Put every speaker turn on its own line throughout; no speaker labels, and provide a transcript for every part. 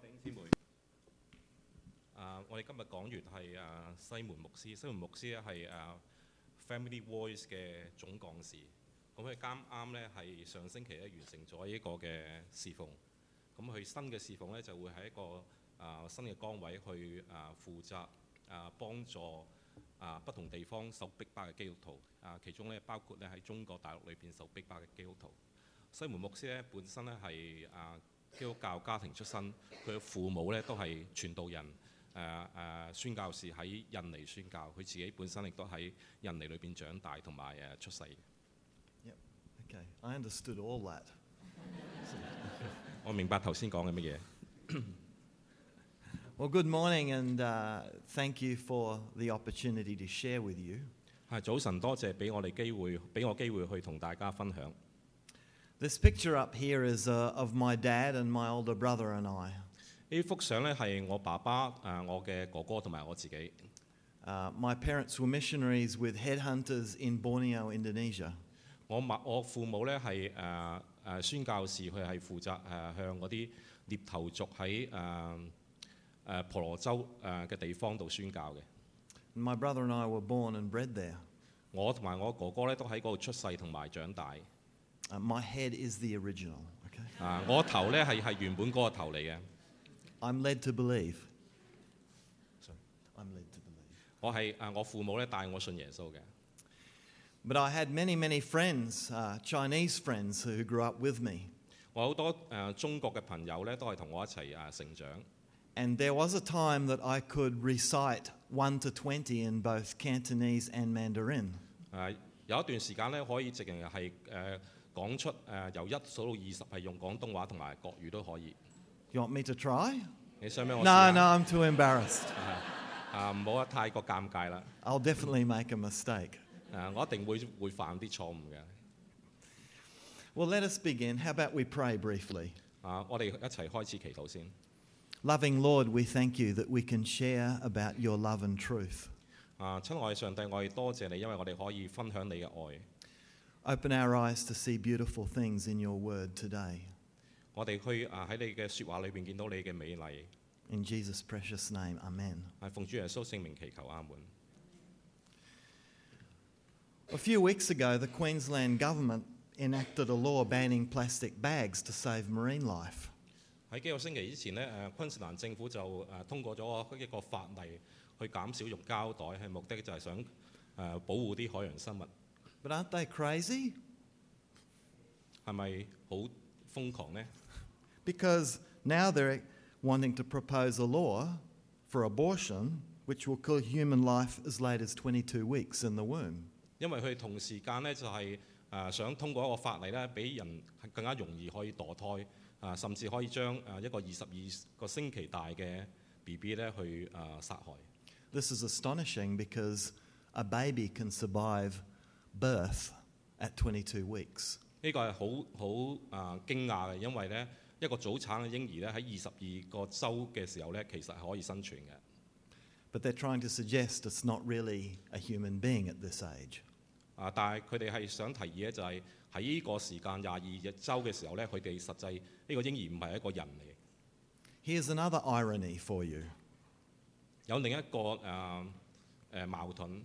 弟兄姊妹，啊，我哋今日講完係啊西門牧師，西門牧師咧係啊 Family Voice 嘅總幹事，咁佢啱啱咧係上星期咧完成咗呢個嘅侍奉，咁佢新嘅侍奉咧就會喺一個啊新嘅崗位去啊負責啊幫助啊不同地方受逼迫嘅基督徒，啊其中咧包括咧喺中國大陸裏邊受逼迫嘅基督徒。西門牧師咧本身咧係啊基督教家庭出身，佢嘅父母咧都係傳道人，誒、誒、宣教士喺印尼宣教，佢自己本身亦都喺印尼裏邊長大同埋誒出世。
Yep. Okay. I understood all that.
我明白頭先講嘅乜嘢。
Well, good morning, and uh, thank you for the opportunity to share with you.
係早晨，多謝俾我哋機會，俾我機會去同大家分享。
This picture up here is uh, of my dad and my older brother and I.
呢幅相咧係我爸爸、誒、我嘅哥哥同埋我自己。
Uh, my parents were missionaries with headhunters in Borneo, Indonesia.
我媽我父母咧係誒誒宣教士，佢係負責誒、向嗰啲獵頭族喺誒誒婆羅洲誒嘅地方度宣教嘅。
My brother and I were born and bred there.
我同埋我哥哥咧都喺嗰度出世同埋長大。
Uh, my head is the original. Okay.
啊，我頭咧係係原本嗰個頭嚟嘅，
I'm led to believe.
Sorry.
I'm led to believe.
我係啊我父母咧帶我信耶穌嘅。
But I had many, many friends, uh, Chinese friends, who grew up with me.
我好多誒、呃中國嘅朋友咧都係同我一齊啊成長。
And there was a time that I could recite 1 to 20 in both Cantonese and Mandarin.
啊，有一段時間咧可以直情係誒講出誒、呃由一數到二十係用廣東話同埋國語都可以。
You want me to try?
你想唔想我
No,
試
no,
下
I'm too embarrassed.
啊，唔好啊太過尷尬啦。
I'll definitely make a mistake.
誒、我一定會會犯啲錯誤嘅。
Well, let us begin. How about we pray briefly?
啊，我哋一齊開始祈禱先。
Loving Lord, we thank you that we can share about your love and truth.
啊，親愛嘅上帝，我哋多謝你，因為我哋可以分享你嘅愛。
Open our eyes to see beautiful things in your word today.
我哋去啊喺你嘅説話裏邊見到你嘅美麗，
In Jesus' precious name, amen.
係奉主耶穌聖名祈求阿門。
A few weeks ago, the Queensland government enacted a law banning plastic bags to save marine life.
喺幾個星期之前呢，誒、昆士蘭政府就誒、通過咗一個法例去減少用膠袋，係目的就係想誒、啊保護啲海洋生物，
But aren't they crazy?
係咪好瘋狂呢？
Because now they're wanting to propose a law for abortion which will kill human life as late as 22 weeks in the womb.
因為佢同時間呢，就係、誒想通過一個法例呢，俾人更加容易可以墮胎，啊甚至可以將誒一個二十二個星期大嘅 B B 呢去誒、殺害。
This is astonishing because a baby can survive birth at 22 weeks.
呢個係好好啊驚訝嘅，因為呢一個早產嘅嬰兒呢，喺二十二個週嘅時候呢，其實係可以生存嘅。
But they're trying to suggest it's not really a human being at this age.
啊，但係佢哋係想提議呢，就係喺呢個時間廿二日週嘅時候呢，佢哋實際呢個嬰兒唔係一個人嚟。
Here's another irony for you.
有另一個誒誒、啊誒矛盾，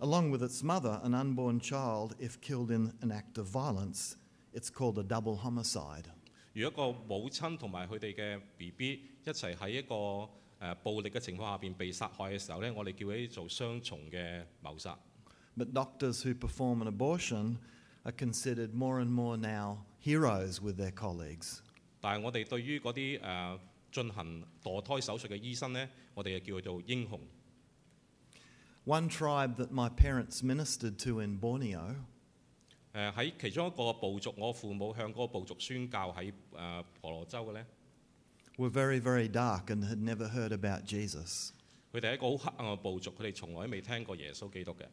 Along with its mother, an unborn child, if killed in an act of violence, it's called a double homicide.
如果個母親同埋佢哋嘅 B B 一齊喺一個誒、啊暴力嘅情況下邊被殺害嘅時候呢，我哋叫佢做雙重嘅謀殺。
But doctors who perform an abortion are considered more and more now heroes with their colleagues.
但係我哋對於嗰啲誒進行墮胎手術嘅醫生呢，我哋就叫佢做英雄。
One tribe that my parents ministered to in Borneo
誒、呃喺其中一個部族，我父母向嗰個部族宣教喺誒、呃婆羅洲嘅呢，
were very, very dark and had never heard about Jesus.
佢哋係一個好黑暗嘅部族，佢哋從來都未聽過耶穌基督嘅。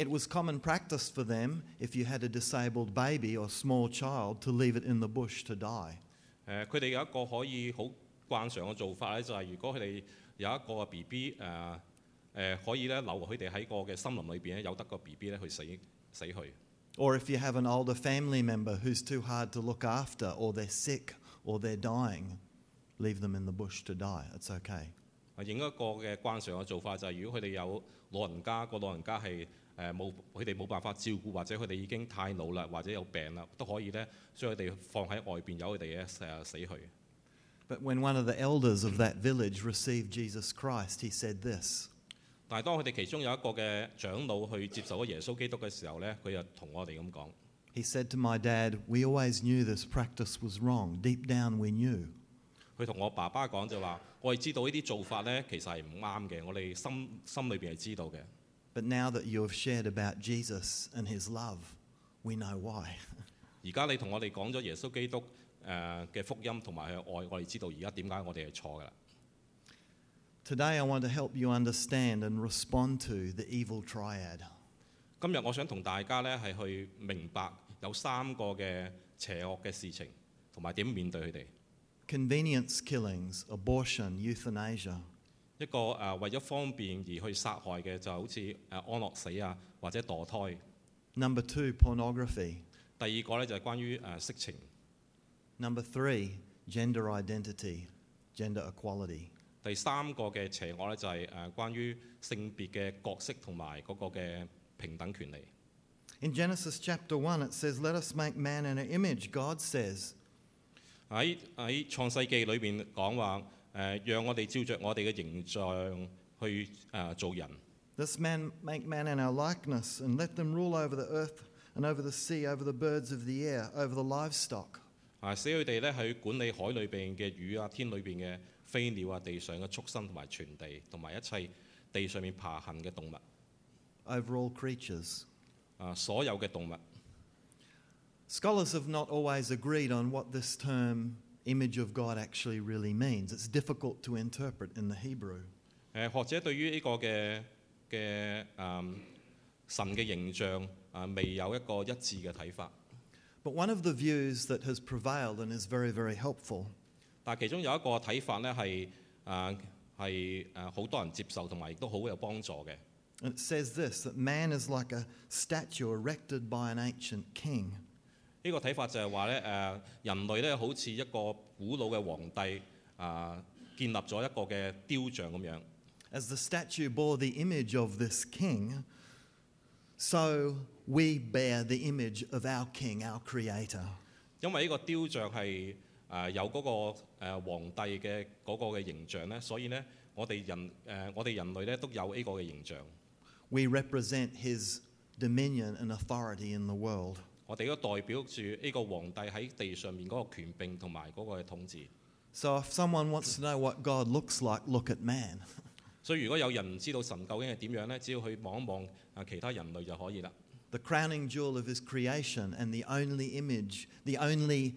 It was common practice for them, if you had a disabled baby or small child, to leave it in the bush to
誒，
die.
呃佢哋有一個可以好慣常嘅做法呢，就係、如果佢哋有一個 B B 誒誒可以咧留佢哋喺個嘅森林裏邊咧，有得個 B B 咧去死死去。
Or if you have an older family member who's too hard to look after, or they're sick, or they're dying, leave them in the bush to die. It's okay.
啊，另一個嘅慣常嘅做法就係、如果佢哋有老人家，個老人家係誒冇佢哋冇辦法照顧，或者佢哋已經太老啦，或者有病啦，都可以咧將佢哋放喺外邊，由佢哋誒死去。
But when one of the elders of that village received Jesus Christ, he said this
但係當佢哋其中有一個嘅長老去接受咗耶穌基督嘅時候咧，佢就同我哋咁講。
He said to my dad, We always knew this practice was wrong. Deep down, we knew.
佢同我爸爸講就話：我哋知道呢啲做法咧，其實係唔啱嘅，我哋心心裏邊係知道嘅。
But now that you have shared about Jesus and his love, we know why.
而家你同我哋講咗耶穌基督誒嘅福音同埋佢嘅愛，我哋知道而家點解我哋係錯㗎啦。
Today, I want to help you understand and respond to the evil triad.
今日我想同大家咧係去明白有三個嘅邪惡嘅事情，同埋點面對佢哋。
Convenience killings, abortion, euthanasia.
一個誒、呃、為咗方便而去殺害嘅，就好似誒、呃安樂死啊，或者墮胎。
Number two, pornography.
第二個咧就係、關於誒、呃色情。
Number three, gender identity, gender equality.
第三個嘅邪惡咧就係、誒、關於性別嘅角色同埋嗰個嘅平等權利。
In Genesis chapter 1, it says, Let us make man in our image, God says.
喺喺創世記裏邊講話誒，讓我哋照着我哋嘅形象去誒、呃做人。
This man make man in our likeness, and let them rule over the earth and over the sea, over the birds of the air, over the livestock.
啊，使佢哋咧去管理海裏邊嘅魚啊、天裏邊嘅飛鳥啊、地上嘅畜生同埋全地，同埋一切地上面爬行嘅動物，
over all creatures.
啊，所有嘅動物。
Scholars have not always agreed on what this term image of God actually really means. It's difficult to interpret in the Hebrew.
誒、學者對於呢個嘅嘅誒神嘅形象啊，未有一個一致嘅睇法。
But one of the views that has prevailed and is very, very helpful
但係其中有一個睇法咧係啊係誒好多人接受，同埋亦都好有幫助嘅。
And It says this that man is like a statue erected by an ancient king.
呢個睇法就係話咧，誒、人類咧好似一個古老嘅皇帝啊、建立咗一個嘅雕像咁樣。
As the statue bore the image of this king, so we bear the image of our king, our creator.
因為呢個雕像係誒有嗰個呃皇帝嘅嗰個嘅形象咧，所以咧我哋人誒、呃我哋人類咧都有呢個嘅形象，
We represent his dominion and authority in the world.
我哋都代表住呢個皇帝喺地上面嗰個權柄同埋嗰個嘅統治。
So if someone wants to know what God looks like, look at man.
所以如果有人唔知道神究竟係點樣咧，只要去望一望啊其他人類就可以啦。
The crowning jewel of his creation and the only image, the only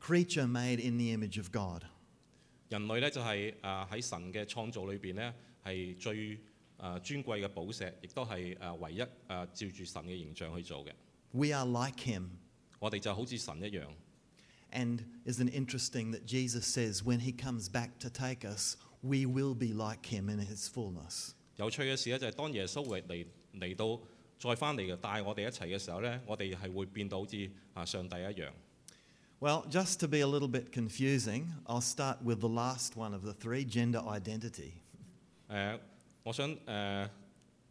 creature made in the image of God.
人類咧就係誒喺神嘅創造裏邊咧係最誒、呃尊貴嘅寶石，亦都係誒唯一誒、呃照住神嘅形象去做嘅。
We are like him.
我哋就好似神一樣。
And isn't it interesting that Jesus says when he comes back to take us, we will be like him in his fullness?
有趣嘅事咧，就係當耶穌嚟嚟嚟到再翻嚟帶我哋一齊嘅時候咧，我哋係會變到好似啊上帝一樣。
Well, just to be a little bit confusing, I'll start with the last one of the three gender identity.
誒、我想誒、呃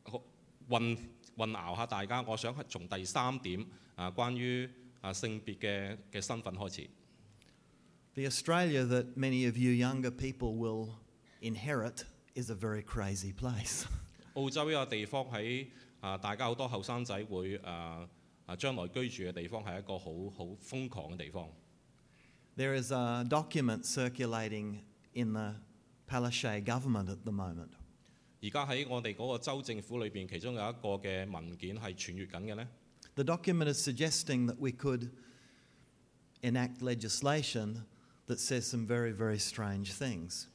好混混淆下大家，我想係從第三點啊，關於啊性別嘅嘅身份開始。
The Australia that many of you younger people will inherit is a very crazy place.
澳洲呢個地方喺啊，大家好多後生仔會啊啊將來居住嘅地方係一個好好瘋狂嘅地方。
There is a document circulating in the Palaszczuk government at the moment.
而家喺我哋嗰個州政府裏邊，其中有一個嘅文件係傳閱緊嘅呢。
The document is suggesting that we could enact legislation that says some very, very strange things.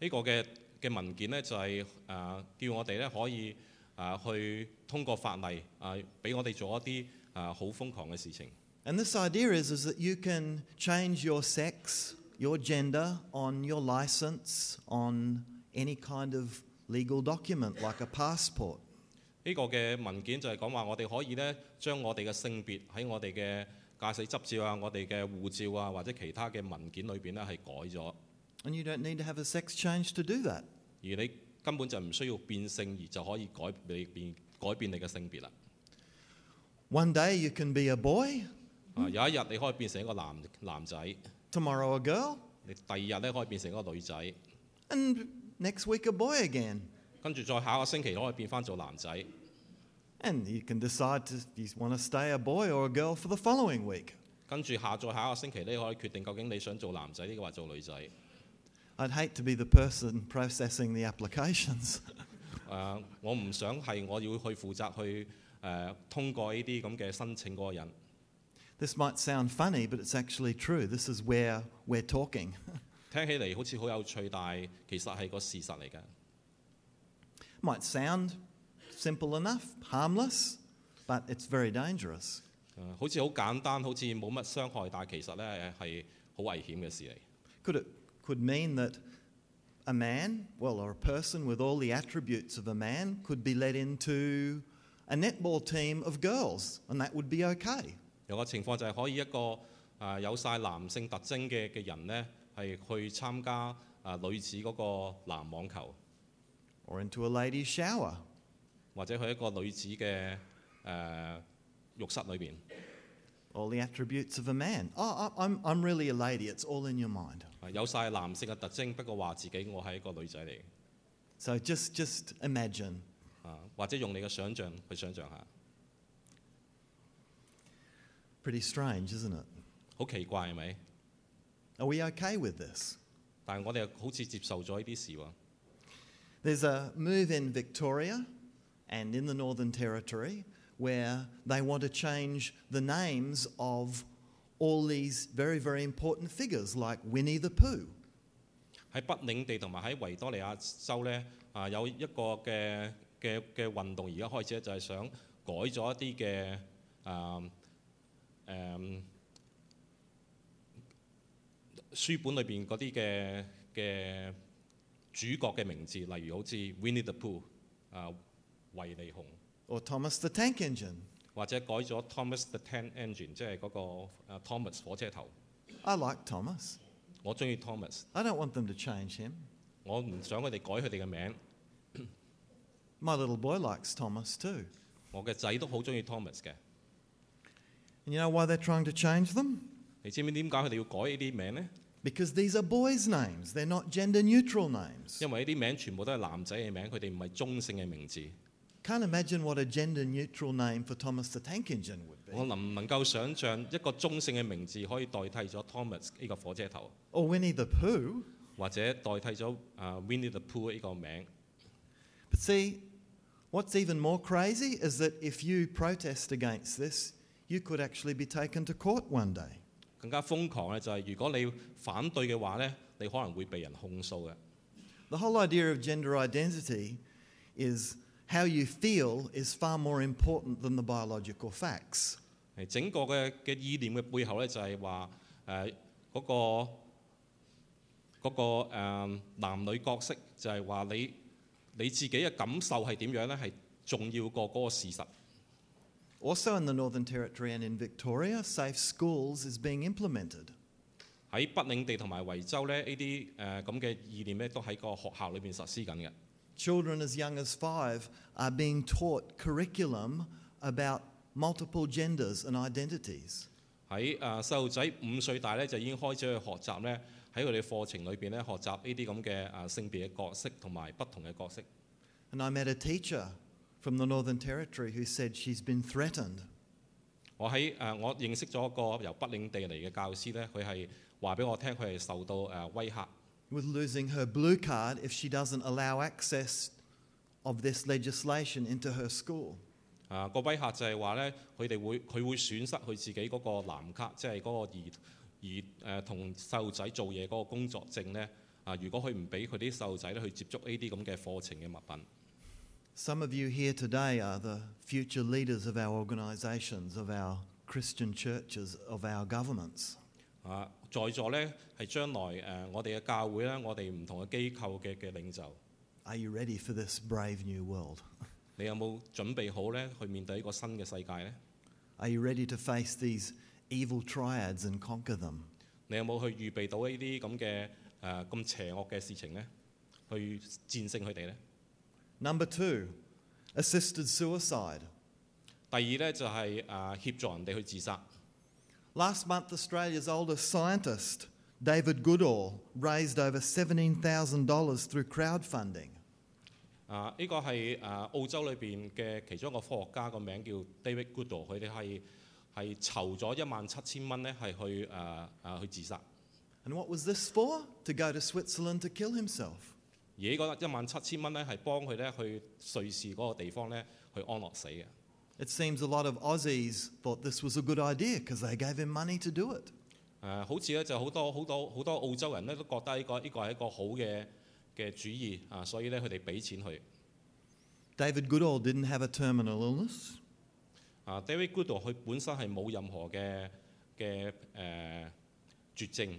呢個嘅嘅文件呢，就係、呃叫我哋咧可以啊、去通過法例啊，俾、我哋做一啲啊好瘋狂嘅事情。
And this idea is, is that you can change your sex, your gender, on your license, on any kind of legal document like a passport.
呢、個嘅文件就係講話，我哋可以呢將我哋嘅性別喺我哋嘅駕駛執照啊、我哋嘅護照啊或者其他嘅文件裏邊呢係改咗。
And you don't need to have a sex change to do that.
而你根本就唔需要變性，而就可以改你變改變你嘅性別啦。
One day you can be a boy,
啊，有一日你可以變成一個男男仔，
tomorrow a girl,
你第二日咧可以變成一個女仔，
and next week a boy again.
跟住再下個星期可以變翻做男仔，
And you can decide to, if you want to stay a boy or a girl for the following week.
跟住下再下一個星期咧可以決定究竟你想做男仔呢個或做女仔。
I'd hate to be the person processing the applications.
誒、啊我唔想係我要去負責去誒、通過呢啲咁嘅申請嗰個人。
This might sound funny, but it's actually true. This is where we're talking.
聽起嚟好似好有趣，但係其實係個事實嚟嘅。
might sound simple enough, harmless, but it's very dangerous.
誒啊好似好簡單，好似冇乜傷害，但係其實咧係好危險嘅事嚟。
Could it could mean that a man, well, or a person with all the attributes of a man, could be led into a netball team of girls, and that would be okay.
有個情況就係可以一個誒、呃有晒男性特徵嘅嘅人呢，係去參加誒、呃女子嗰個男網球，
Or into a lady's shower,
或者去一個女子嘅誒、呃浴室裏邊。
all the attributes of a man. Oh, I- I'm, I'm really a lady, it's all in your mind.
啊有晒男性嘅特徵，不過話自己我係一個女仔嚟
So just, just imagine.
啊，或者用你嘅想像去想像下，
Pretty strange, isn't it?
好奇怪係咪？
Are we okay with this?
但係我哋好似接受咗呢啲事喎。
There's a move in Victoria and in the Northern Territory where they want to change the names of all these very, very important figures like Winnie the Pooh.
喺北領地同埋喺維多利亞州呢，啊有一個嘅嘅嘅運動，而家開始咧就係想改咗一啲嘅誒誒書本裏邊嗰啲嘅嘅主角嘅名字，例如好似 Winnie the Pooh 啊維尼熊，
or Thomas the Tank Engine.
或者改咗 Thomas the Tank Engine，即係嗰個啊 Thomas 火車頭。
I like Thomas.
我中意 Thomas，
I don't want them to change him.
我唔想佢哋改佢哋嘅名。
My little boy likes Thomas too.
我嘅仔都好中意 Thomas 嘅。
And you know why they're trying to change them?
你知唔知點解佢哋要改呢啲名呢？
Because these are boys' names, they're not gender neutral names.
因為呢啲名全部都係男仔嘅名，佢哋唔係中性嘅名字。
Can't imagine what a gender neutral name for Thomas the Tank Engine would be.
我能唔能夠想像一個中性嘅名字可以代替咗 Thomas 呢個火車頭，
Or Winnie the Pooh.
或者代替咗啊 Winnie the Pooh 呢個名？
But see, what's even more crazy is that if you protest against this, you could actually be taken to court one day.
更加瘋狂嘅就係、如果你反對嘅話呢，你可能會被人控訴嘅。
The whole idea of gender identity is how you feel is far more important than the biological facts.
誒整個嘅嘅意念嘅背後咧，就係話誒嗰個嗰、個、誒男女角色，就係話你你自己嘅感受係點樣咧，係重要過嗰個事實。
Also, in the Northern Territory and in Victoria, safe schools is being implemented.
喺北領地同埋維州咧，呢啲誒咁嘅意念咧，都喺個學校裏邊實施緊嘅。
Children as young as five are being taught curriculum about multiple genders and identities.
喺誒細路仔五歲大咧，就已經開始去學習咧，喺佢哋課程裏邊咧學習呢啲咁嘅誒性別嘅角色同埋不同嘅角色。
And I met a teacher from the Northern Territory who said she's been threatened.
我喺誒、呃我認識咗一個由北領地嚟嘅教師呢佢係話俾我聽，佢係受到誒、呃威嚇，
with losing her blue card if she doesn't allow access of this legislation into her school.
啊個威嚇就係話呢佢哋會佢會損失佢自己嗰個藍卡，即係嗰個兒兒誒同細路仔做嘢嗰個工作證呢。啊，如果佢唔俾佢啲細路仔咧去接觸呢啲咁嘅課程嘅物品，
Some of you here today are the future leaders of our organisations, of our Christian churches, of our governments.
啊，在座呢係將來誒、呃我哋嘅教會呢，我哋唔同嘅機構嘅嘅領袖，
Are you ready for this brave new world?
你有冇準備好呢去面對呢個新嘅世界呢？
Are you ready to face these evil triads and conquer them?
你有冇去預備到呢啲咁嘅誒咁邪惡嘅事情呢，去戰勝佢哋呢。
Number two, assisted suicide.
第二呢，就係、誒協助人哋去自殺。
Last month, Australia's oldest scientist, David Goodall, raised over $17,000 through crowdfunding.
啊！呢個係啊澳洲裏邊嘅其中一個科學家，個名叫 David Goodall，佢哋係係籌咗一萬七千蚊咧，係去啊啊去自殺。
And what was this for? To go to Switzerland to kill himself.
而呢個一萬七千蚊咧，係幫佢咧去瑞士嗰個地方咧去安樂死嘅。
It seems a lot of Aussies thought this was a good idea because they gave him money to do it.
誒、呃好似咧就好多好多好多澳洲人咧都覺得呢、個呢、個係一個好嘅嘅主意啊，所以咧佢哋俾錢去。
David Goodall didn't have a terminal illness.
啊，David Goodall 佢本身係冇任何嘅嘅誒絕症。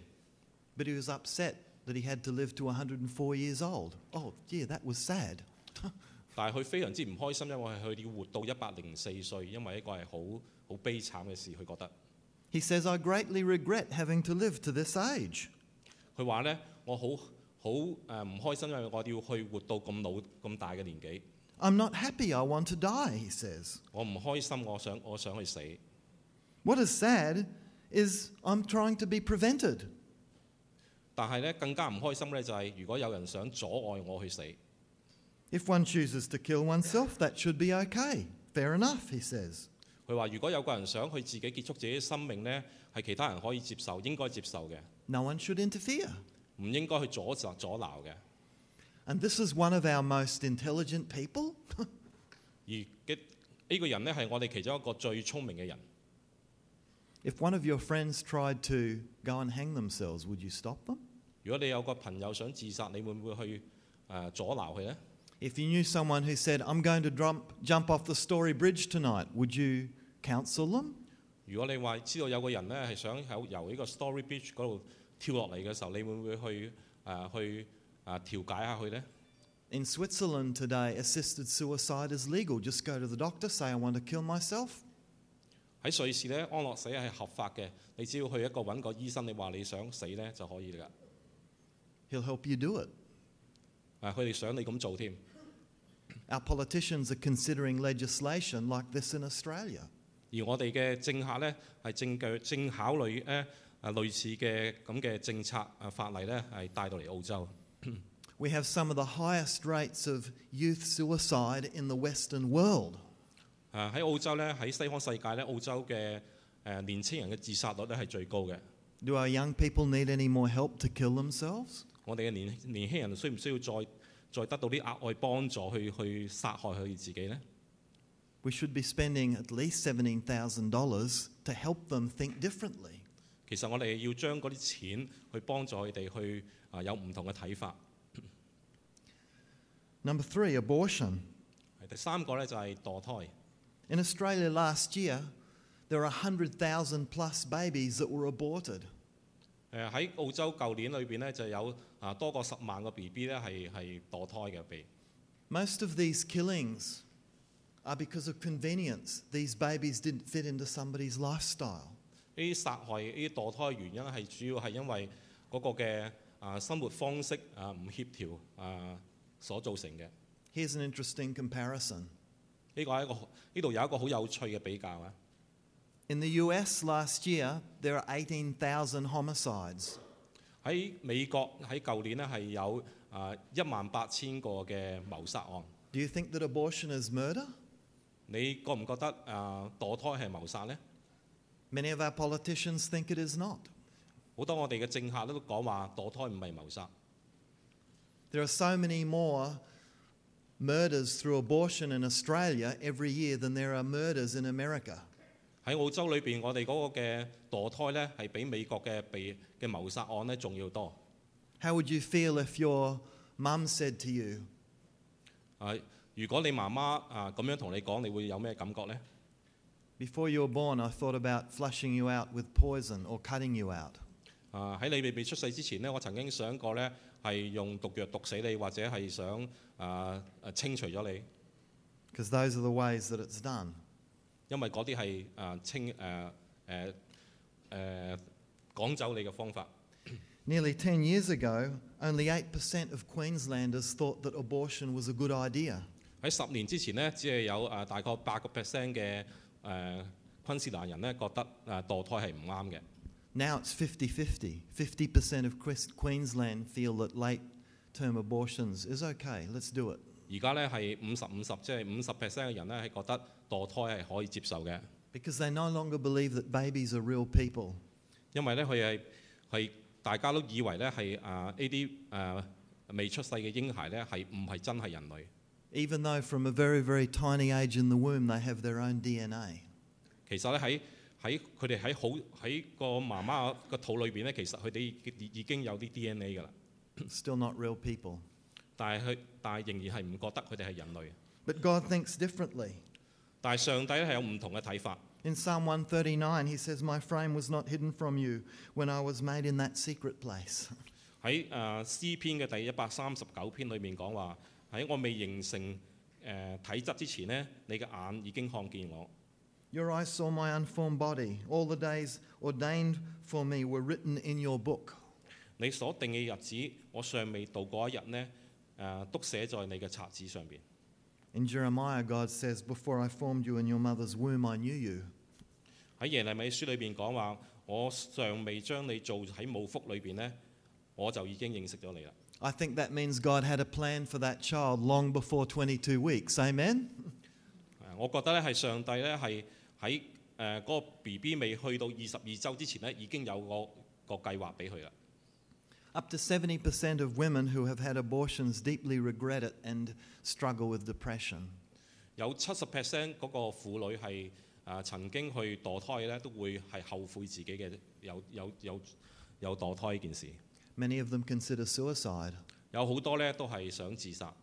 But he was upset that he had to live to 104 years old. Oh, yeah, that was sad.
但係佢非常之唔開心，因為佢要活到一百零四歲，因為呢個係好好悲慘嘅事。佢覺得，
He says, I greatly regret having to live to this age.
佢話呢：「我好好誒唔開心，因為我要去活到咁老咁大嘅年紀，
I'm not happy, I want to die, he says.
我唔開心，我想我想去死。
What is sad is I'm trying to be prevented.
但係呢，更加唔開心呢，就係如果有人想阻礙我去死，
If one chooses to kill oneself, that should be okay. Fair enough, he says.
佢話如果有個人想去自己結束自己嘅生命呢，係其他人可以接受、應該接受嘅，
No one should interfere.
唔應該去阻阻阻撓嘅。
And this is one of our most intelligent people.
而嘅呢個人呢，係我哋其中一個最聰明嘅人。
if one of your friends tried to go and hang themselves, would you stop them?
如果你有個朋友想自殺，你會唔會去誒、呃阻撓佢呢？
If you knew someone who said, I'm going to jump, jump off the Story Bridge tonight, would you counsel them?
如果你話知道有個人呢係想由由呢個 Story Beach 嗰度跳落嚟嘅時候，你會唔會去誒、呃去誒、呃、調解下佢呢？
In Switzerland today, assisted suicide is legal. Just go to the doctor, say, I want to kill myself.
喺瑞士呢，安樂死係合法嘅，你只要去一個揾個醫生，你話你想死呢就可以㗎。
He'll help you do it.
啊誒，佢哋想你咁做添。
Our politicians are considering legislation like this in Australia.
而我哋嘅政客呢，係正嘅正考慮呢誒類似嘅咁嘅政策誒法例呢，係帶到嚟澳洲。
We have some of the highest rates of youth suicide in the Western world.
誒啊喺澳洲咧，喺西方世界咧，澳洲嘅誒、呃年青人嘅自殺率咧係最高嘅。
Do our young people need any more help to kill themselves?
我哋嘅年年輕人需唔需要再再得到啲額外幫助去去殺害佢自己呢？
We should be spending at least $17,000 to help them think differently.
其實我哋要將嗰啲錢去幫助佢哋去啊、有唔同嘅睇法。
Number three, abortion.
第三個咧就係墮胎。
In Australia last year, there were 100,000 plus babies that were aborted.
誒喺澳洲舊年裏邊咧就有啊多過十萬個 B B 咧係係墮胎嘅被。
Most of these killings are because of convenience. These babies didn't fit into somebody's lifestyle.
呢啲殺害呢啲墮胎嘅原因係主要係因為嗰個嘅啊生活方式啊唔協調啊所造成嘅。
Here's an interesting comparison.
呢個係一個呢度有一個好有趣嘅比較啊！
In the US last year, there are 18,000 homicides.
喺美國喺舊年咧係有啊一萬八千個嘅謀殺案，
Do you think that abortion is murder?
你覺唔覺得啊墮胎係謀殺呢？
Many of our politicians think it is not.
好多我哋嘅政客都講話墮胎唔係謀殺，
There are so many more murders through abortion in Australia every year than there are murders in America.
喺澳洲裏邊，我哋嗰個嘅墮胎呢係比美國嘅被嘅謀殺案呢仲要多。
How would you feel if your mum said to you,
啊，如果你媽媽啊咁樣同你講，你會有咩感覺呢？
Before you were born, I thought about flushing you out with poison or cutting you out.
啊！喺你未未出世之前呢，我曾經想過呢係用毒藥毒死你，或者係想啊啊清除咗你，
Because those are the ways that it's done.
因為嗰啲係啊清誒誒誒趕走你嘅方法。
Nearly 10 years ago, only 8% of Queenslanders thought that abortion was a good idea.
喺十年之前呢，只係有誒、呃大概八個 percent 嘅誒昆士蘭人呢覺得誒、呃、墮胎係唔啱嘅。
Now it's 50 50. 50% of Queens- Queensland feel that late term abortions is okay, let's do it.
而家呢係五十五十，即係五十 percent 嘅人呢係覺得墮胎係可以接受嘅，
Because they no longer believe that babies are real people.
因為呢，佢係係大家都以為呢係啊呢啲誒未出世嘅嬰孩呢係唔係真係人類，
Even though from a very, very tiny age in the womb they have their own DNA.
其實呢，喺喺佢哋喺好喺個媽媽個肚裏邊呢，其實佢哋已已經有啲 DNA 㗎啦，
Still not real people.
但係佢但係仍然係唔覺得佢哋係人類。
But God thinks differently.
但係上帝咧係有唔同嘅睇法。
In Psalm 139, he says, My frame was not hidden from you when I was made in that secret place.
喺誒、呃詩篇嘅第一百三十九篇裏面講話，喺我未形成誒、呃體質之前呢，你嘅眼已經看見我，
Your eyes saw my unformed body. All the days ordained for me were written in your book.
你所定嘅日子，我尚未到嗰一日呢，誒、呃篤寫在你嘅冊子上邊。
In Jeremiah, God says, Before I formed you in your mother's womb, I knew you.
喺耶利米書裏邊講話，我尚未將你做喺母腹裏邊呢，我就已經認識咗你啦。
I think that means God had a plan for that child long before 22 weeks.
誒
Amen?
呃我覺得咧係上帝咧係喺誒嗰個 B B 未去到二十二週之前呢，已經有個個計劃俾佢啦。
Up to 70% of women who have had abortions deeply regret it and struggle with depression.
有七十 percent 嗰個婦女係啊、曾經去墮胎咧，都會係後悔自己嘅有有有有墮胎呢件事。
Many of them consider suicide,
有好多咧都係想自殺，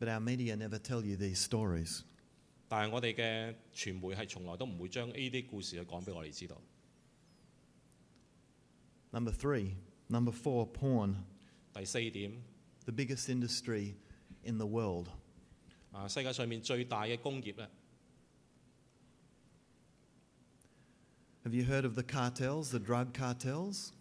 but our media never tell you these stories.
但係我哋嘅傳媒係從來都唔會將呢啲故事去講俾我哋知道。
Number three, number four, porn,
第四點
the biggest industry in the world.
啊、世界上面最大嘅工業咧，
Have you heard of the cartels, the drug cartels?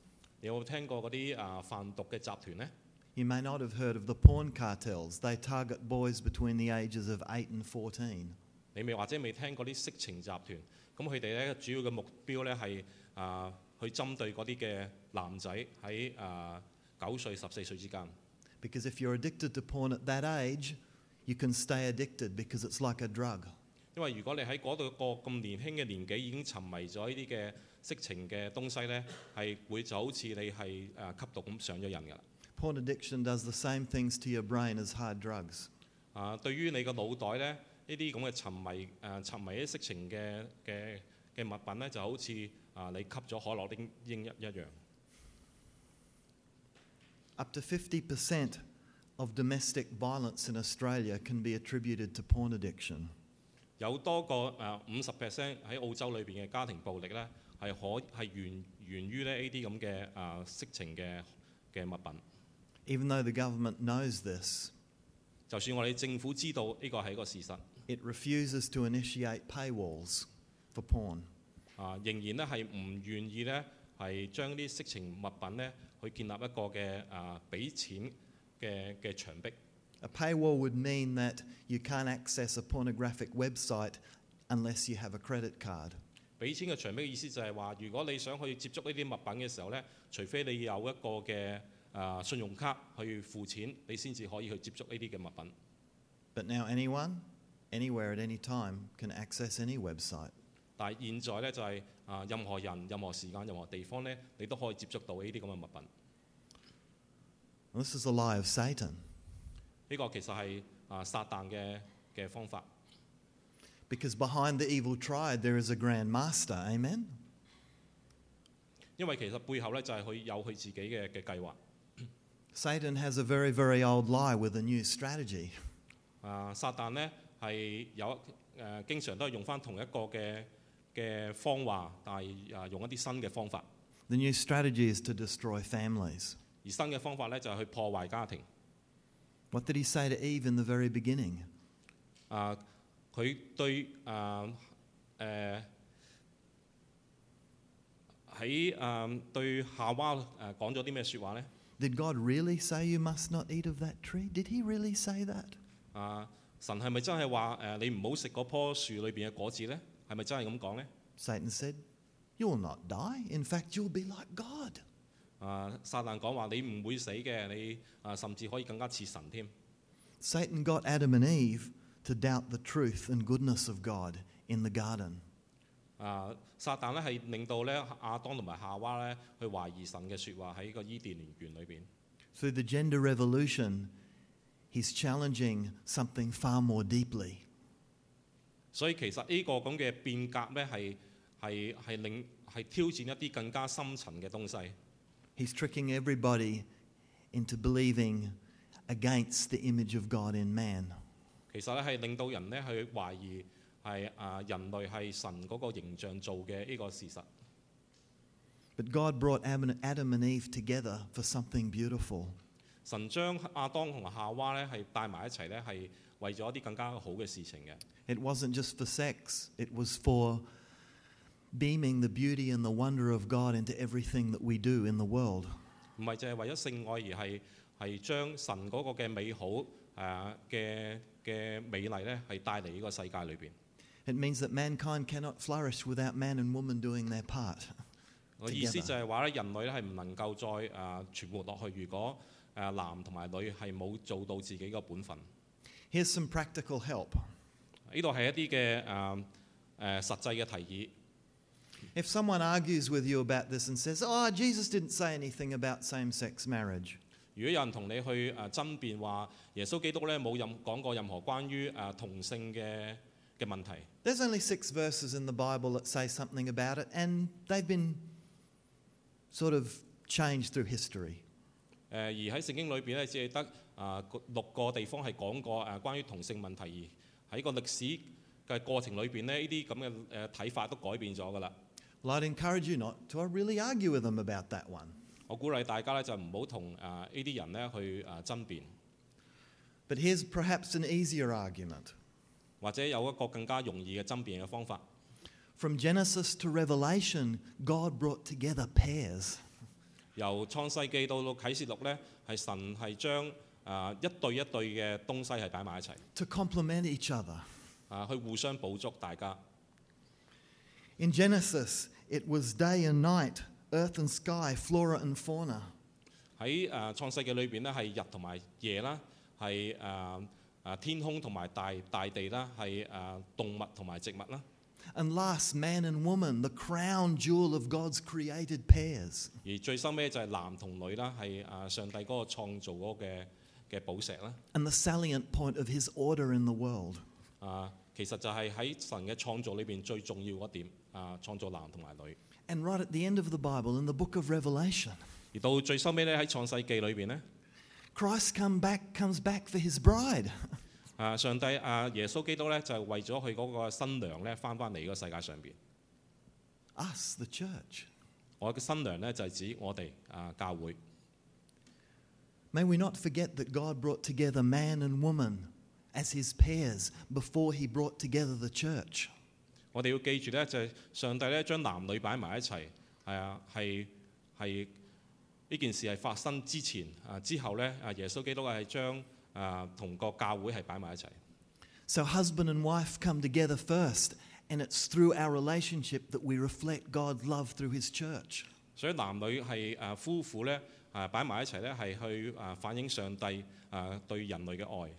你有冇聽過嗰啲啊販毒嘅集團呢？
You may not have heard of the porn cartels. They target boys between the ages of 8 and 14.
你未或者未聽過啲色情集團，咁佢哋咧主要嘅目標咧係啊去針對嗰啲嘅男仔喺啊九歲十四歲之間。
Because if you're addicted to porn at that age, you can stay addicted because it's like a drug.
因為如果你喺嗰度個咁年輕嘅年紀已經沉迷咗呢啲嘅色情嘅東西呢，係會就好似你係啊誒吸毒咁上咗癮㗎啦。
Porn addiction does the same things to your brain as hard drugs.
啊，對於你個腦袋呢，呢啲咁嘅沉迷誒、啊沉迷啲色情嘅嘅嘅物品呢，就好似啊你吸咗可樂丁英一一樣。
Up to 50% of domestic violence in Australia can be attributed to porn addiction.
有多過誒五十 percent 喺澳洲裏邊嘅家庭暴力呢，係可係源源於咧呢啲咁嘅啊色情嘅嘅物品。
Even though the government knows this,
就算我哋政府知道呢個係一個事實。
it refuses to initiate paywalls for porn.
啊，仍然咧係唔願意咧係將啲色情物品咧去建立一個嘅啊俾錢嘅嘅牆壁。
A paywall would mean that you can't access a pornographic website unless you have a credit card.
俾錢嘅牆壁嘅意思就係話，如果你想去接觸呢啲物品嘅時候咧，除非你有一個嘅啊信用卡去付錢，你先至可以去接觸呢啲嘅物品。
But now anyone, anywhere at any time, can access any website.
但係現在咧就係、啊，任何人、任何時間、任何地方咧，你都可以接觸到呢啲咁嘅物品。
And this is a lie of Satan
呢、個其實係啊撒旦嘅嘅方法。
because behind the evil triad there is a grand master. Amen?
因為其實背後咧就係、佢有佢自己嘅嘅計劃。
Satan has a very, very old lie with a new strategy.
啊，撒旦呢係有誒、呃，經常都係用翻同一個嘅嘅方話，但係啊用一啲新嘅方法。
The new strategy is to destroy families.
而新嘅方法呢，就係、去破壞家庭。
What did he say to Eve in the very beginning?
啊，呃佢對啊誒喺誒對夏娃誒講咗啲咩説話呢？
Did God really say you must not eat of that tree? Did he really say that?
啊，神係咪真係話誒你唔好食嗰棵樹裏邊嘅果子呢？係咪真係咁講呢？
Satan said, You'll not die. In fact, you'll be like God.
啊，撒旦講話你唔會死嘅，你啊甚至可以更加似神添。
Satan got Adam and Eve to doubt the truth and goodness of God in the garden.
啊，撒旦咧係令到咧亞當同埋夏娃咧去懷疑神嘅説話喺個伊甸園裏邊。
Through the gender revolution, he's challenging something far more deeply.
所以其實呢個咁嘅變革咧係係係令係挑戰一啲更加深層嘅東西。
He's tricking everybody into believing against the image of God in man.
其實咧係令到人咧去懷疑係啊人類係神嗰個形象做嘅呢個事實。
But God brought Adam Adam and Eve together for something beautiful.
神將亞當同夏娃咧係帶埋一齊咧係為咗一啲更加好嘅事情嘅。
It wasn't just for sex, it was for beaming the beauty and the wonder of God into everything that we do in the world.
唔係就係為咗性愛，而係係將神嗰個嘅美好誒嘅嘅美麗咧，係帶嚟呢個世界裏邊。
It means that mankind cannot flourish without man and woman doing their part.
我意思
Together
就係話咧，人類咧係唔能夠再誒、呃存活落去。如果誒、呃男同埋女係冇做到自己嘅本分，
Here's some practical help.
呢度係一啲嘅誒誒實際嘅提
If someone argues with you about this and says, Oh, Jesus didn't say anything about same sex marriage,
議。如果有人同你去誒、呃爭辯話耶穌基督咧冇任講過任何關於誒、呃同性嘅嘅問題，
there's only six verses in the Bible that say something about it, and they've been sort of changed through history.
誒而喺聖經裏邊咧，只係得啊個六個地方係講過誒關於同性問題，而喺個歷史嘅過程裏邊咧，呢啲咁嘅誒睇法都改變咗噶啦。
Well, I'd encourage you not to really argue with them about that one.
我鼓勵大家咧就唔好同誒呢啲人咧去誒爭辯，
But here's perhaps an easier argument.
或者有一個更加容易嘅爭辯嘅方法。
From Genesis to Revelation, God brought together pairs.
由創世記到到啟示錄咧，係神係將誒一對一對嘅東西係擺埋一齊，
to complement each other.
啊去互相補足大家。
In Genesis, it was day and night, earth and sky, flora and fauna.
喺誒創世記裏邊咧，係日同埋夜啦，係誒誒天空同埋大大地啦，係誒動物同埋植物啦。
And last, man and woman, the crown jewel of God's created pairs.
而最收尾就係男同女啦，係誒上帝嗰個創造嗰個嘅嘅寶石啦。
And the salient point of his order in the world.
啊，其實就係喺神嘅創造裏邊最重要嗰點啊，創造男同埋女。
And right at the end of the Bible, in the book of Revelation,
而到最收尾咧，喺創世記裏邊咧，
Christ come back, comes back for his bride.
啊上帝啊耶穌基督咧就係為咗佢嗰個新娘咧翻翻嚟呢個世界上邊。
Us, the church.
我嘅新娘咧就係指我哋啊教會。
May we not forget that God brought together man and woman as his pairs before he brought together the church.
我哋要記住咧，就係、上帝咧將男女擺埋一齊，係啊，係係呢件事係發生之前啊，之後咧啊，耶穌基督係將啊同個教會係擺埋一齊，
So, husband and wife come together first, and it's through our relationship that we reflect God's love through His church.
所以男女係啊夫婦咧啊擺埋一齊咧係去啊反映上帝啊對人類嘅愛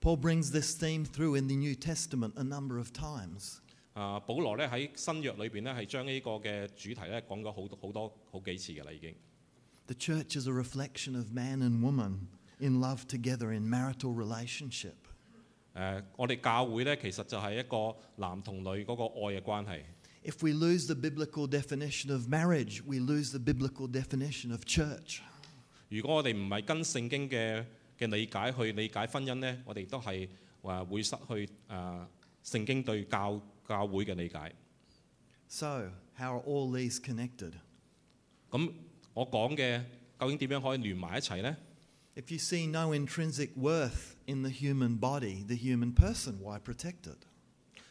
Paul brings this theme through in the New Testament a number of times.
啊。保羅咧喺新約裏邊咧係將呢個嘅主題咧講咗好多好多好幾次嘅啦，已經
The church is a reflection of man and woman in love together in marital relationship.
誒、我哋教會咧其實就係一個男同女嗰個愛嘅關係。
If we lose the biblical definition of marriage, we lose the biblical definition of church.
如果我哋唔係跟聖經嘅嘅理解去理解婚姻呢，我哋都係話會失去誒、呃、聖經對教教會嘅理解。
So, how are all these connected?
咁我講嘅究竟點樣可以聯埋一齊呢？
If you see no intrinsic worth in the human body, the human person, why protect it?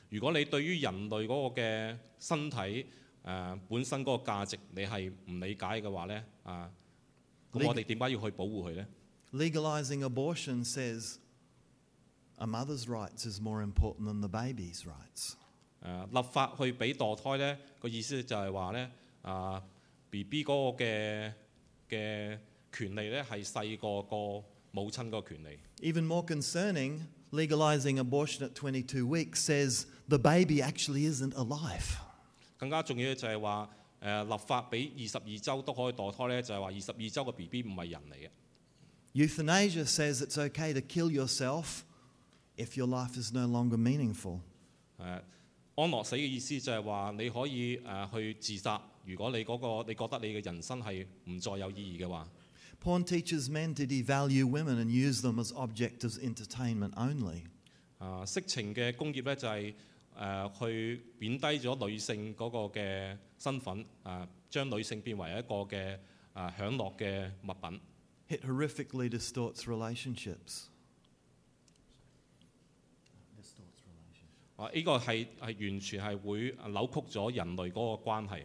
如果你對於人類嗰個嘅身體呃本身嗰個價值你係唔理解嘅話呢，啊，
你
咁我哋點解要去保護佢呢？
Legalizing abortion says a mother's rights is more important than the baby's rights.
誒、呃立法去俾墮胎呢個意思就係話呢啊 B B 嗰個嘅嘅權利呢係細過個母親個權利。
Even more concerning, legalizing abortion at 22 weeks says the baby actually isn't alive.
更加重要嘅就係話誒立法俾二十二週都可以墮胎呢就係話二十二週個 B B 唔係人嚟嘅。
Euthanasia says it's okay to kill yourself if your life is no longer meaningful.
誒、安樂死嘅意思就係話你可以誒、去自殺，如果你嗰、個你覺得你嘅人生係唔再有意義嘅話。
Porn teaches men to devalue women and use them as objects of entertainment only.
啊，色情嘅工業咧就係、誒去貶低咗女性嗰個嘅身份，啊將女性變為一個嘅啊享樂嘅物品，
It horrifically distorts relationships.
啊呢、個係係完全係會扭曲咗人類嗰個關係。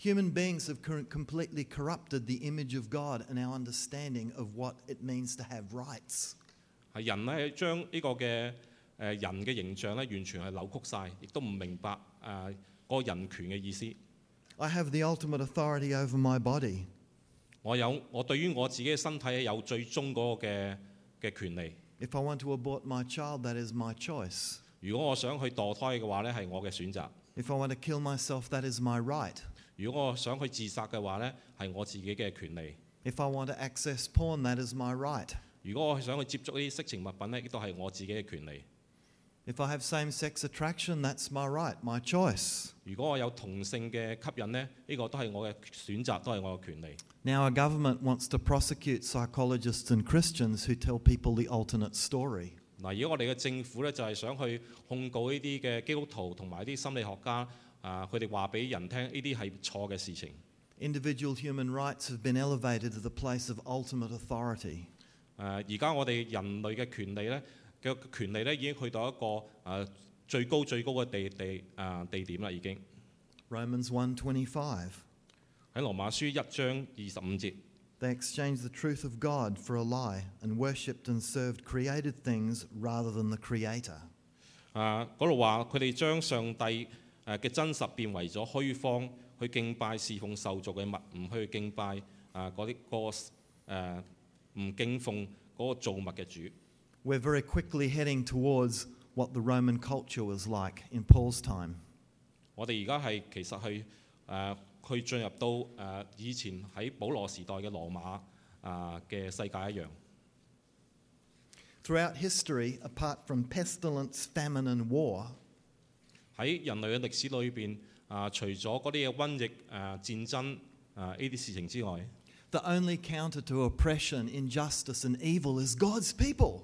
Human beings have cor- completely corrupted the image of God and our understanding of what it means to have rights.
係人咧將呢個嘅誒、人嘅形象咧完全係扭曲晒，亦都唔明白誒嗰、個人權嘅意思。
I have the ultimate authority over my body.
我有我對於我自己嘅身體有最終嗰個嘅嘅權利。
If I want to abort my child, that is my choice.
如果我想去墮胎嘅話咧，係我嘅選擇。
If I want to kill myself, that is my right.
如果我想去自殺嘅話呢係我自己嘅權利；
If I want to access porn, that is my right.
如果我想去接觸呢啲色情物品呢亦都係我自己嘅權利；
If I have same sex attraction, that's my right, my choice.
如果我有同性嘅吸引呢，呢、個都係我嘅選擇，都係我嘅權利。
Now, our government wants to prosecute psychologists and Christians who tell people the alternate story.
嗱，如果我哋嘅政府呢，就係想去控告呢啲嘅基督徒同埋啲心理學家啊，佢哋話俾人聽呢啲係錯嘅事情。
Individual human rights have been elevated to the place of ultimate authority.
誒、呃而家我哋人類嘅權利呢，嘅權利呢已經去到一個誒、啊最高最高嘅地地啊地點啦，已經
Romans 1:25.
喺羅馬書一章二十五節。
They exchanged the truth of God for a lie and worshipped and served created things rather than the creator.
啊嗰度話佢哋將上帝誒嘅真實變為咗虛方，去敬拜侍奉受造嘅物，唔去敬拜啊嗰啲個誒唔敬奉嗰個造物嘅主。
We're very quickly heading towards what the Roman culture was like in Paul's time.
我哋而家係其實係誒去進入到誒、呃以前喺保羅時代嘅羅馬啊嘅世界一樣。
Throughout history, apart from pestilence, famine, and war,
喺人類嘅歷史裏邊啊，除咗嗰啲嘅瘟疫、啊戰爭啊呢啲事情之外，
the only counter to oppression, injustice, and evil is God's people.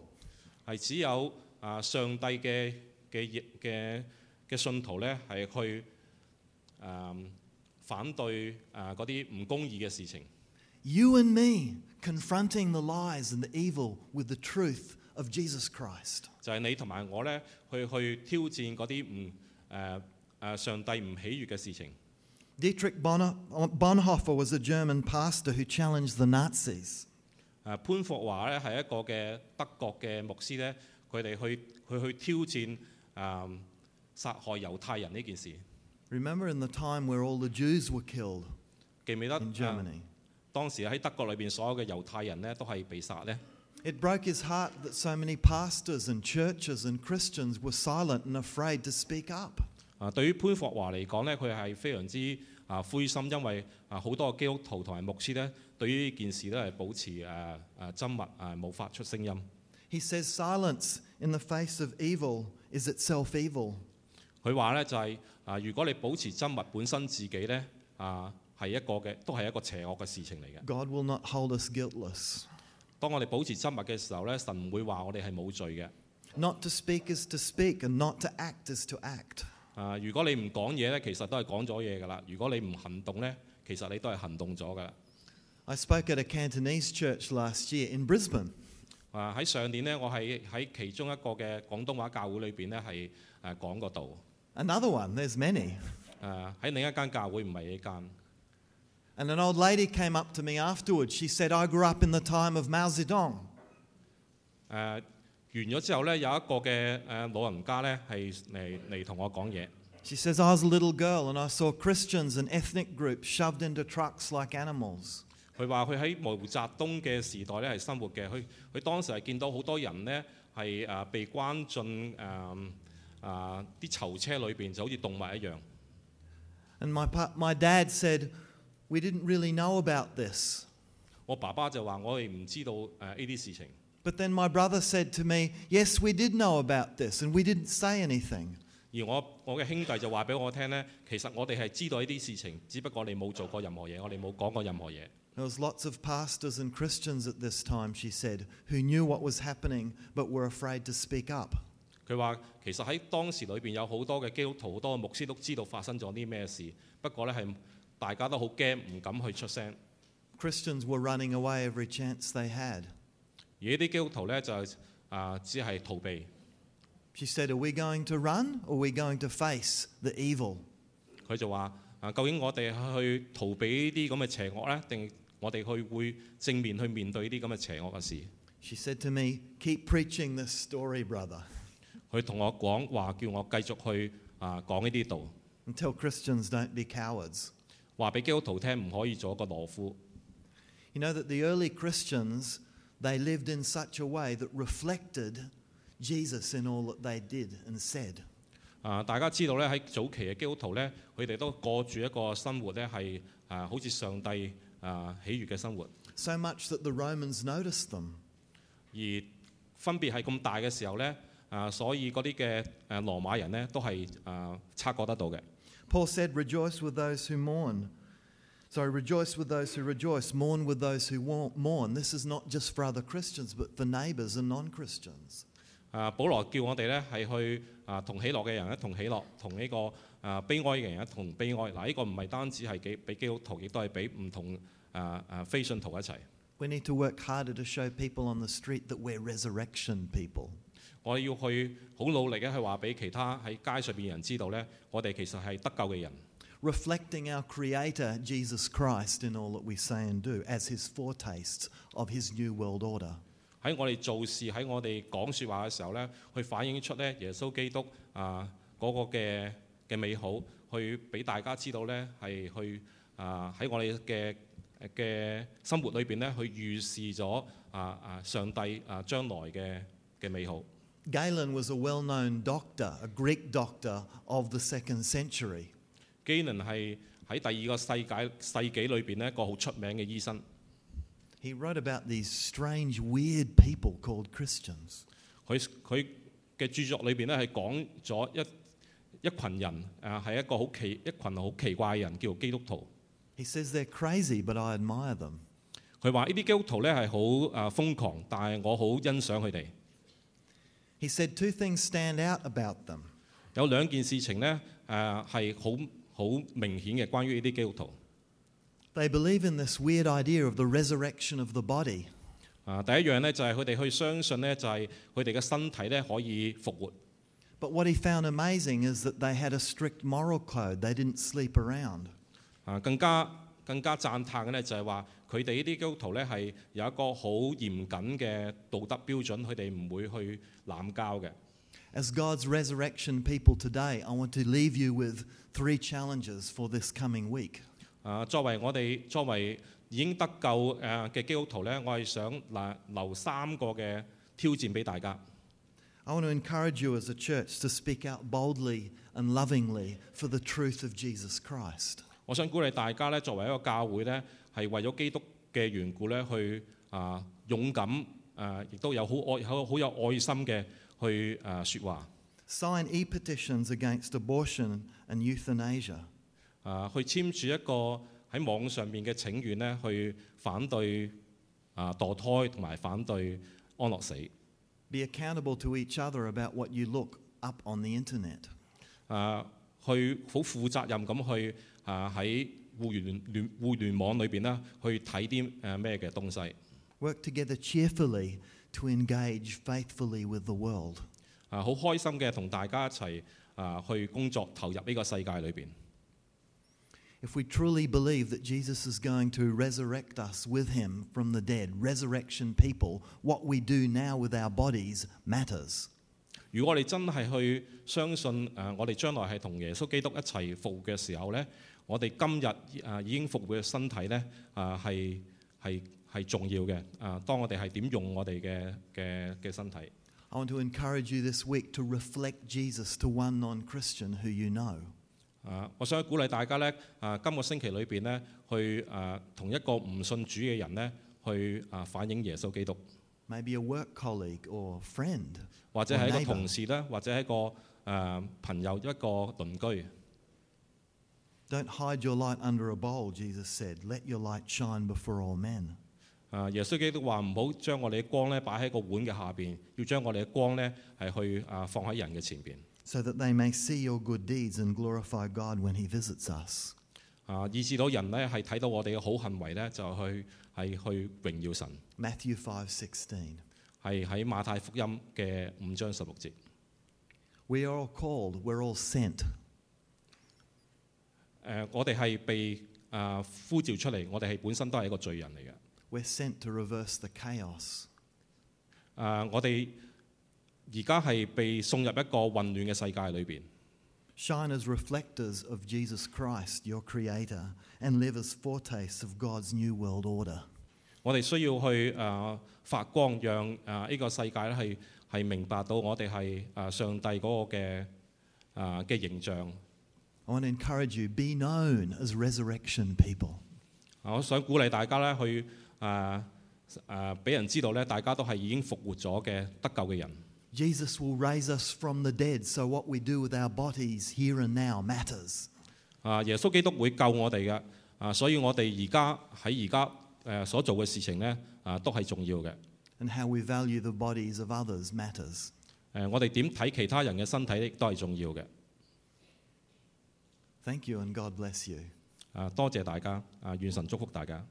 係只有啊上帝嘅嘅嘅嘅信徒咧，係去啊反對啊嗰啲唔公義嘅事情。
You and me confronting the lies and the evil with the truth of Jesus Christ.
就係、你同埋我咧，去去挑戰嗰啲唔誒誒上帝唔喜悅嘅事情。
Dietrich Bonho- Bonhoeffer was a German pastor who challenged the Nazis.
誒、啊潘霍華咧係一個嘅德國嘅牧師咧，佢哋去佢去挑戰啊、殺害猶太人呢件事。
Remember in the time where all the Jews were killed
記唔記得啊
in Germany?
當時喺德國裏邊所有嘅猶太人咧都係被殺咧？
It broke his heart that so many pastors and churches and Christians were silent and afraid to speak up.
啊，對於潘霍華嚟講呢佢係非常之啊灰心，因為啊好多基督徒同埋牧師呢，對於呢件事都係保持誒誒緘默，誒冇發出聲音。
He says silence in the face of evil is itself evil.
佢話呢，就係、啊，如果你保持緘默本身自己呢，啊係一個嘅，都係一個邪惡嘅事情嚟嘅。
God will not hold us guiltless.
當我哋保持緘默嘅時候呢，神唔會話我哋係冇罪嘅。
Not to speak is to speak, and not to act is to act.
啊，如果你唔講嘢呢，其實都係講咗嘢㗎啦。如果你唔行動呢，其實你都係行動咗㗎啦。
I spoke at a Cantonese church last year in Brisbane.
啊！喺上年呢，我係喺其中一個嘅廣東話教會裏邊呢，係誒講過道。
Another one, there's many.
誒、誒喺另一間教會，唔係呢間。
And an old lady came up to me afterwards. She said, I grew up in the time of Mao
誒、
Zedong.
啊完咗之後咧，有一個嘅誒、老人家咧係嚟嚟同我講嘢。
She says, I was a little girl and I saw Christians and ethnic groups shoved into trucks like animals.
佢話佢喺毛澤東嘅時代咧係生活嘅，佢佢當時係見到好多人咧係誒被關進誒啊啲囚車裏邊，就好似動物一樣。
And my, pa- my dad said, We didn't really know about this.
我爸爸就話我哋唔知道誒呢啲事情，
But then my brother said to me, Yes, we did know about this, and we didn't say anything.
而我我嘅兄弟就話俾我聽咧，其實我哋係知道呢啲事情，只不過你冇做過任何嘢，我哋冇講過任何嘢。
There was lots of pastors and Christians at this time, she said, who knew what was happening but were afraid to speak up.
佢話其實喺當時裏邊有好多嘅基督徒、好多嘅牧師都知道發生咗啲咩事，不過咧係大家都好驚，唔敢去出聲。
Christians were running away every chance they had.
而呢啲基督徒咧就係啊、只係逃避。
She said, Are we going to run or are we going to face the evil?
佢就話啊，究竟我哋去逃避呢啲咁嘅邪惡咧，定我哋去會正面去面對呢啲咁嘅邪惡嘅事？
She said to me, Keep preaching this story, brother,
佢同我講話，叫我繼續去啊講呢啲道，
until Christians don't be cowards.
話俾基督徒聽唔可以做一個懦夫。
You know that the early Christians, they lived in such a way that reflected Jesus in all that they did and said.
啊，大家知道咧喺早期嘅基督徒咧，佢哋都過住一個生活咧係啊，好似上帝啊喜悅嘅生活，
So much that the Romans noticed them.
而分別係咁大嘅時候咧。啊，所以嗰啲嘅誒羅馬人咧，都係啊察覺得到嘅。
Paul said, Rejoice with those who mourn. Sorry, rejoice with those who rejoice, mourn with those who wa- mourn. This is not just for other Christians, but for neighbours and non Christians.
啊，保羅叫我哋咧係去啊同喜樂嘅人一同喜樂，同呢個啊悲哀嘅人一同悲哀。嗱，呢個唔係單止係俾俾基督徒，亦都係俾唔同啊啊非信徒一齊。
We need to work harder to show people on the street that we're resurrection people.
我要去好努力嘅去話俾其他喺街上邊嘅人知道咧，我哋其實係得救嘅人，
reflecting our Creator, Jesus Christ, in all that we say and do, as His foretastes of His new world order.
喺我哋做事喺我哋講説話嘅時候咧，去反映出咧耶穌基督啊嗰、個嘅嘅美好，去俾大家知道咧係去啊喺我哋嘅嘅生活裏邊咧，去預示咗啊啊上帝啊將來嘅嘅美好。
Galen was a well known doctor, a Greek doctor of the second century.
基倫係喺第二個世界世紀裏邊咧一個好出名嘅醫生，
He wrote about these strange, weird people called Christians.
佢佢嘅著作裏邊咧係講咗一一群人啊係一個好奇一群好奇怪嘅人叫做基督徒。
He says they're crazy, but I admire them.
佢話：呢啲基督徒咧係好啊瘋狂，但係我好欣賞佢哋。
He said two things stand out about them.
有兩件事情咧誒係好好明顯嘅，關於呢啲基督徒。
They believe in this weird idea of the resurrection of the body.
啊，第一樣咧就係佢哋去相信咧，就係佢哋嘅身體咧可以復活。
But what he found amazing is that they had a strict moral code, they didn't sleep around.
啊，更加更加讚歎嘅咧就係話佢哋呢啲基督徒咧係有一個好嚴謹嘅道德標準，佢哋唔會去濫交嘅。
As God's resurrection people today, I want to leave you with three challenges for this coming week.
啊，作為我哋作為已經得救誒嘅基督徒咧，我係想嗱留三個嘅挑戰俾大家。
I want to encourage you as a church to speak out boldly and lovingly for the truth of Jesus Christ.
我想鼓勵大家咧，作為一個教會咧，係為咗基督嘅緣故咧，去啊、勇敢啊，亦、都有好愛好好有愛心嘅去啊説話
Sign e petitions against abortion and euthanasia.
啊、去簽署一個喺網上面嘅請願咧，去反對啊、墮胎同埋反對安樂死
Be accountable to each other about what you look up on the internet.
啊、去好負責任咁去啊喺、互聯聯互聯網裏邊咧，去睇啲誒咩嘅東西。
Work together cheerfully to engage faithfully with the world.
啊，好開心嘅同大家一齊啊去工作投入呢個世界裏邊。
If we truly believe that Jesus is going to resurrect us with him from the dead, resurrection people, what we do now with our bodies matters.
如果我哋真係去相信誒、呃我哋將來係同耶穌基督一齊復活嘅時候呢，我哋今日誒、呃已經復活嘅身體呢，啊係係係重要嘅。啊，當我哋係點用我哋嘅嘅嘅身體，
I want to encourage you this week to reflect Jesus to one non Christian who you know.
啊，我想鼓勵大家呢，啊今個星期裏邊呢，去啊同一個唔信主嘅人呢，去啊反映耶穌基督，
Maybe a work colleague or friend.
或者係一
我
個
拉吧
同事啦，或者係一個誒、呃朋友，一個鄰居。
Don't hide your light under a bowl, Jesus said. Let your light shine before all men.
啊，耶穌基督話唔好將我哋嘅光咧擺喺個碗嘅下邊，要將我哋嘅光咧係去啊放喺人嘅前邊
so that they may see your good deeds and glorify God when He visits us.
啊，以至到人咧係睇到我哋嘅好行為咧，就去係去榮耀神，
Matthew 5:16.
係喺馬太福音嘅五章十六節。誒、
We are all called, we're all sent.
我哋係被啊呼召出嚟，我哋係本身都係一個罪人嚟嘅。
We're sent to reverse the chaos.
啊，我哋而家係被送入一個混亂嘅世界裏邊。
Shine as reflectors of Jesus Christ, your creator, and live as foretastes of God's new world order.
我哋需要去誒、呃發光，讓誒呢、個世界咧係係明白到我哋係誒上帝嗰個嘅誒嘅形象。
I want to encourage you be known as resurrection people.
啊我想鼓勵大家咧去誒誒俾人知道咧，大家都係已經復活咗嘅得救嘅人。
Jesus will raise us from the dead, so what we do with our bodies here and now matters.
啊，耶穌基督會救我哋嘅。啊，所以我哋而家喺而家誒呃所做嘅事情咧，啊都係重要嘅。誒、
And how we value the bodies of others matters.
呃我哋點睇其他人嘅身體亦都係重要嘅。
Thank you and God bless you.
啊，多謝大家。啊，願神祝福大家。